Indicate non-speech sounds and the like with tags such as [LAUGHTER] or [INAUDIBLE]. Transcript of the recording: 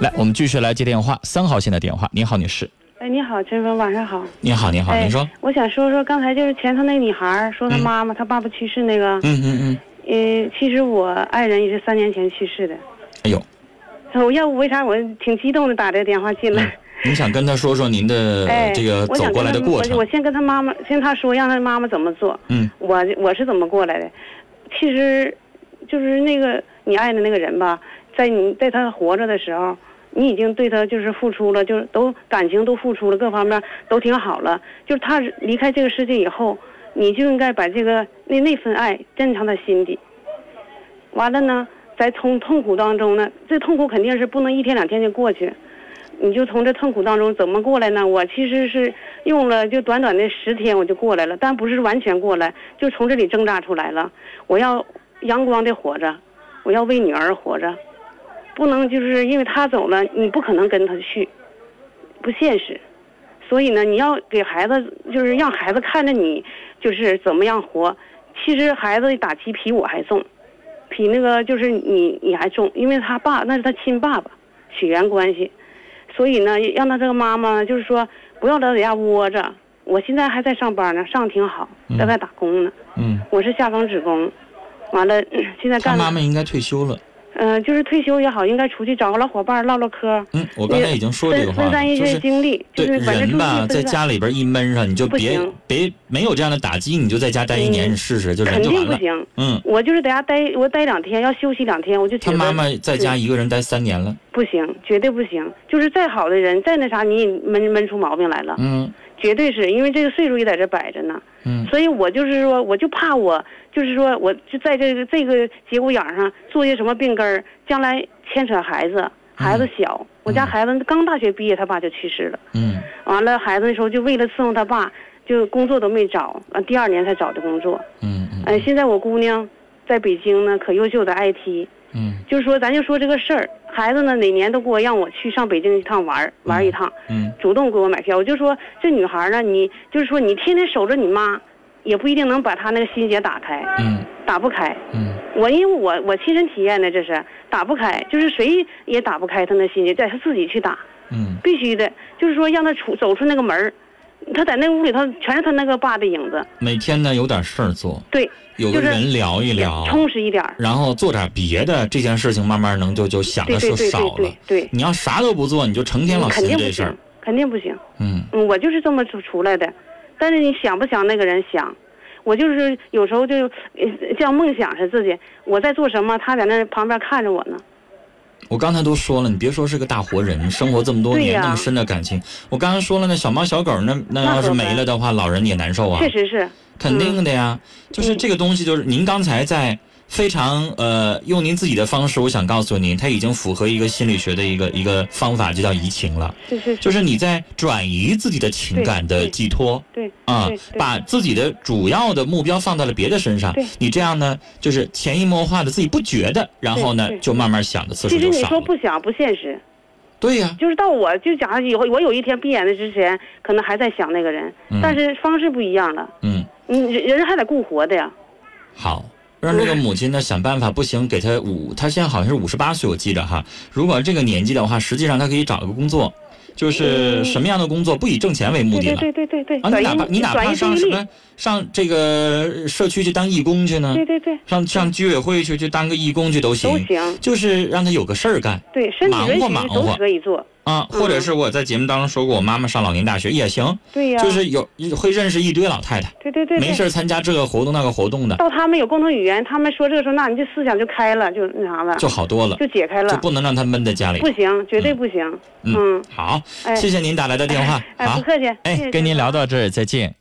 来，我们继续来接电话，三号线的电话。你好，女士。哎，你好，陈峰，晚上好。你好，你好，哎您说。我想说说刚才就是前头那女孩儿说她妈妈、她爸爸去世那个，嗯嗯嗯。嗯，其实我爱人也是三年前去世的。哎呦，我要不为啥我挺激动的打这个电话进来？您想跟他说说您的、哎，嗯呃这个我走想过跟来的他们过我程我？先跟他妈妈，先他说让他妈妈怎么做。嗯我我是怎么过来的？其实，就是那个你爱的那个人吧，在你在他活着的时候，你已经对他就是付出了，就是都感情都付出了，各方面都挺好了。就是他离开这个世界以后，你就应该把这个那那份爱珍藏在心底。完了呢，在从痛苦当中呢，这痛苦肯定是不能一天两天就过去。你就从这痛苦当中怎么过来呢？我其实是用了就短短的十天我就过来了，但不是完全过来，就从这里挣扎出来了。我要阳光的活着，我要为女儿活着，不能就是因为他走了，你不可能跟他去，不现实。所以呢，你要给孩子，就是让孩子看着你，就是怎么样活。其实孩子打击比我还重，比那个就是你你还重，因为他爸那是他亲爸爸，血缘关系。所以呢，让他这个妈妈就是说不要老在家窝着。我现在还在上班呢，上挺好，在外打工呢。嗯，我是下岗职工，完了 [CLEARS THROAT] 嗯现在他干妈了，妈应该退休了。嗯、就是退休也好，应该出去找个老伙伴唠唠嗑。嗯，我刚才已经说这个话分了散，一就些是精力，对就是反正人出去吧，分在散家里边一闷上，你就不别行别没有这样的打击，你就在家待一年，嗯你试试，就人肯就定完不了。行。嗯，我就是在家待，我待两天要休息两天，我就觉他得妈妈在家一个人待三年了。不行，绝对不行。就是再好的人，再那啥，你也闷闷出毛病来了，嗯绝对是因为这个岁数也在这摆着呢。嗯所以我就是说，我就怕我就是说，我就在这个这个节骨眼儿上做些什么病根儿，将来牵扯孩嗯子，孩子小。我家孩子刚大学毕业，他爸就去世了。嗯完了，孩子那时候就为了伺候他爸，就工作都没找，完第二年才找的工作。嗯嗯嗯，现在我姑娘在北京呢，可优秀的 IT，嗯就是说咱就说这个事儿，孩子呢哪年都给我让我去上北京一趟玩儿玩儿一趟，嗯主动给我买票。我就说这女孩呢，你就是说你天天守着你妈，也不一定能把她那个心结打开，嗯打不开。嗯我因为我我亲身体验的，这是打不开，就是谁也打不开她那心结，得她自己去打。嗯必须的，就是说让他出走出那个门儿，他在那屋里头全是他那个爸的影子，每天呢有点事儿做，对，有个就是人聊一聊，充实一点儿，然后做点别的，这件事情慢慢能就就想对的对就对少对了对。对，你要啥都不做，你就成天老肯寻定不这事儿行。，肯定不行，嗯嗯，我就是这么出出来的，但是你想不想那个人想？我就是有时候就呃像梦想似的自己，我在做什么，他在那旁边看着我呢。我刚才都说了，你别说是个大活 [LAUGHS] 人，生活这么多对年，呀那么深的感情。我刚才说了，那小猫小狗，那那那要是可不没了的话，老人也难受啊确，实嗯是，肯定的呀。就是这个东西，就是您刚才在非常呃，用您自己的方式，我想告诉您，它已经符合一个心理学的一个一个方法，就叫移情了。是是，就是是你在转移自己的情感的对寄托对啊对，对把自己的主要的目标放到了别的身上对，你这样呢，就是潜移默化的自己不觉得，然后呢对对就慢慢想的次数其实就你少说了。不想不现实，对呀、就是到我就假如以后我有一天闭眼的之前，可能还在想那个人，嗯但是方式不一样了。嗯，你人人还得顾活的呀。好。让这个母亲呢想办法，不行给她五，她现在好像是五十八岁，我记着哈。如果这个年纪的话，实际上她可以找一个工作，就是嗯什么样的工作不以挣钱为目的对了对对对对啊。对，你转哪怕移你哪转怕移注上意什力，么上这个社区去当义工去呢？对对对，上上居委会去去当个义工去都嗯行，都行就是让他有个事儿干对，身体忙允活许忙都活可以做。啊，嗯或者是我在节目当中说过，我妈妈上老年大学也行，对呀，就是有会认识一堆老太太，对对对，没对事儿参加这个活动那个活动的， [LAUGHS] 到他们有共同语言，他们说这个时候，那你这思想就开了，就那啥了，就好多了，就解开就了。不能让他闷在家里不。行，绝对不行。嗯嗯，好，哎谢谢您打来的电话，哎，好不，客气，谢哎，谢跟您聊到这儿，再见。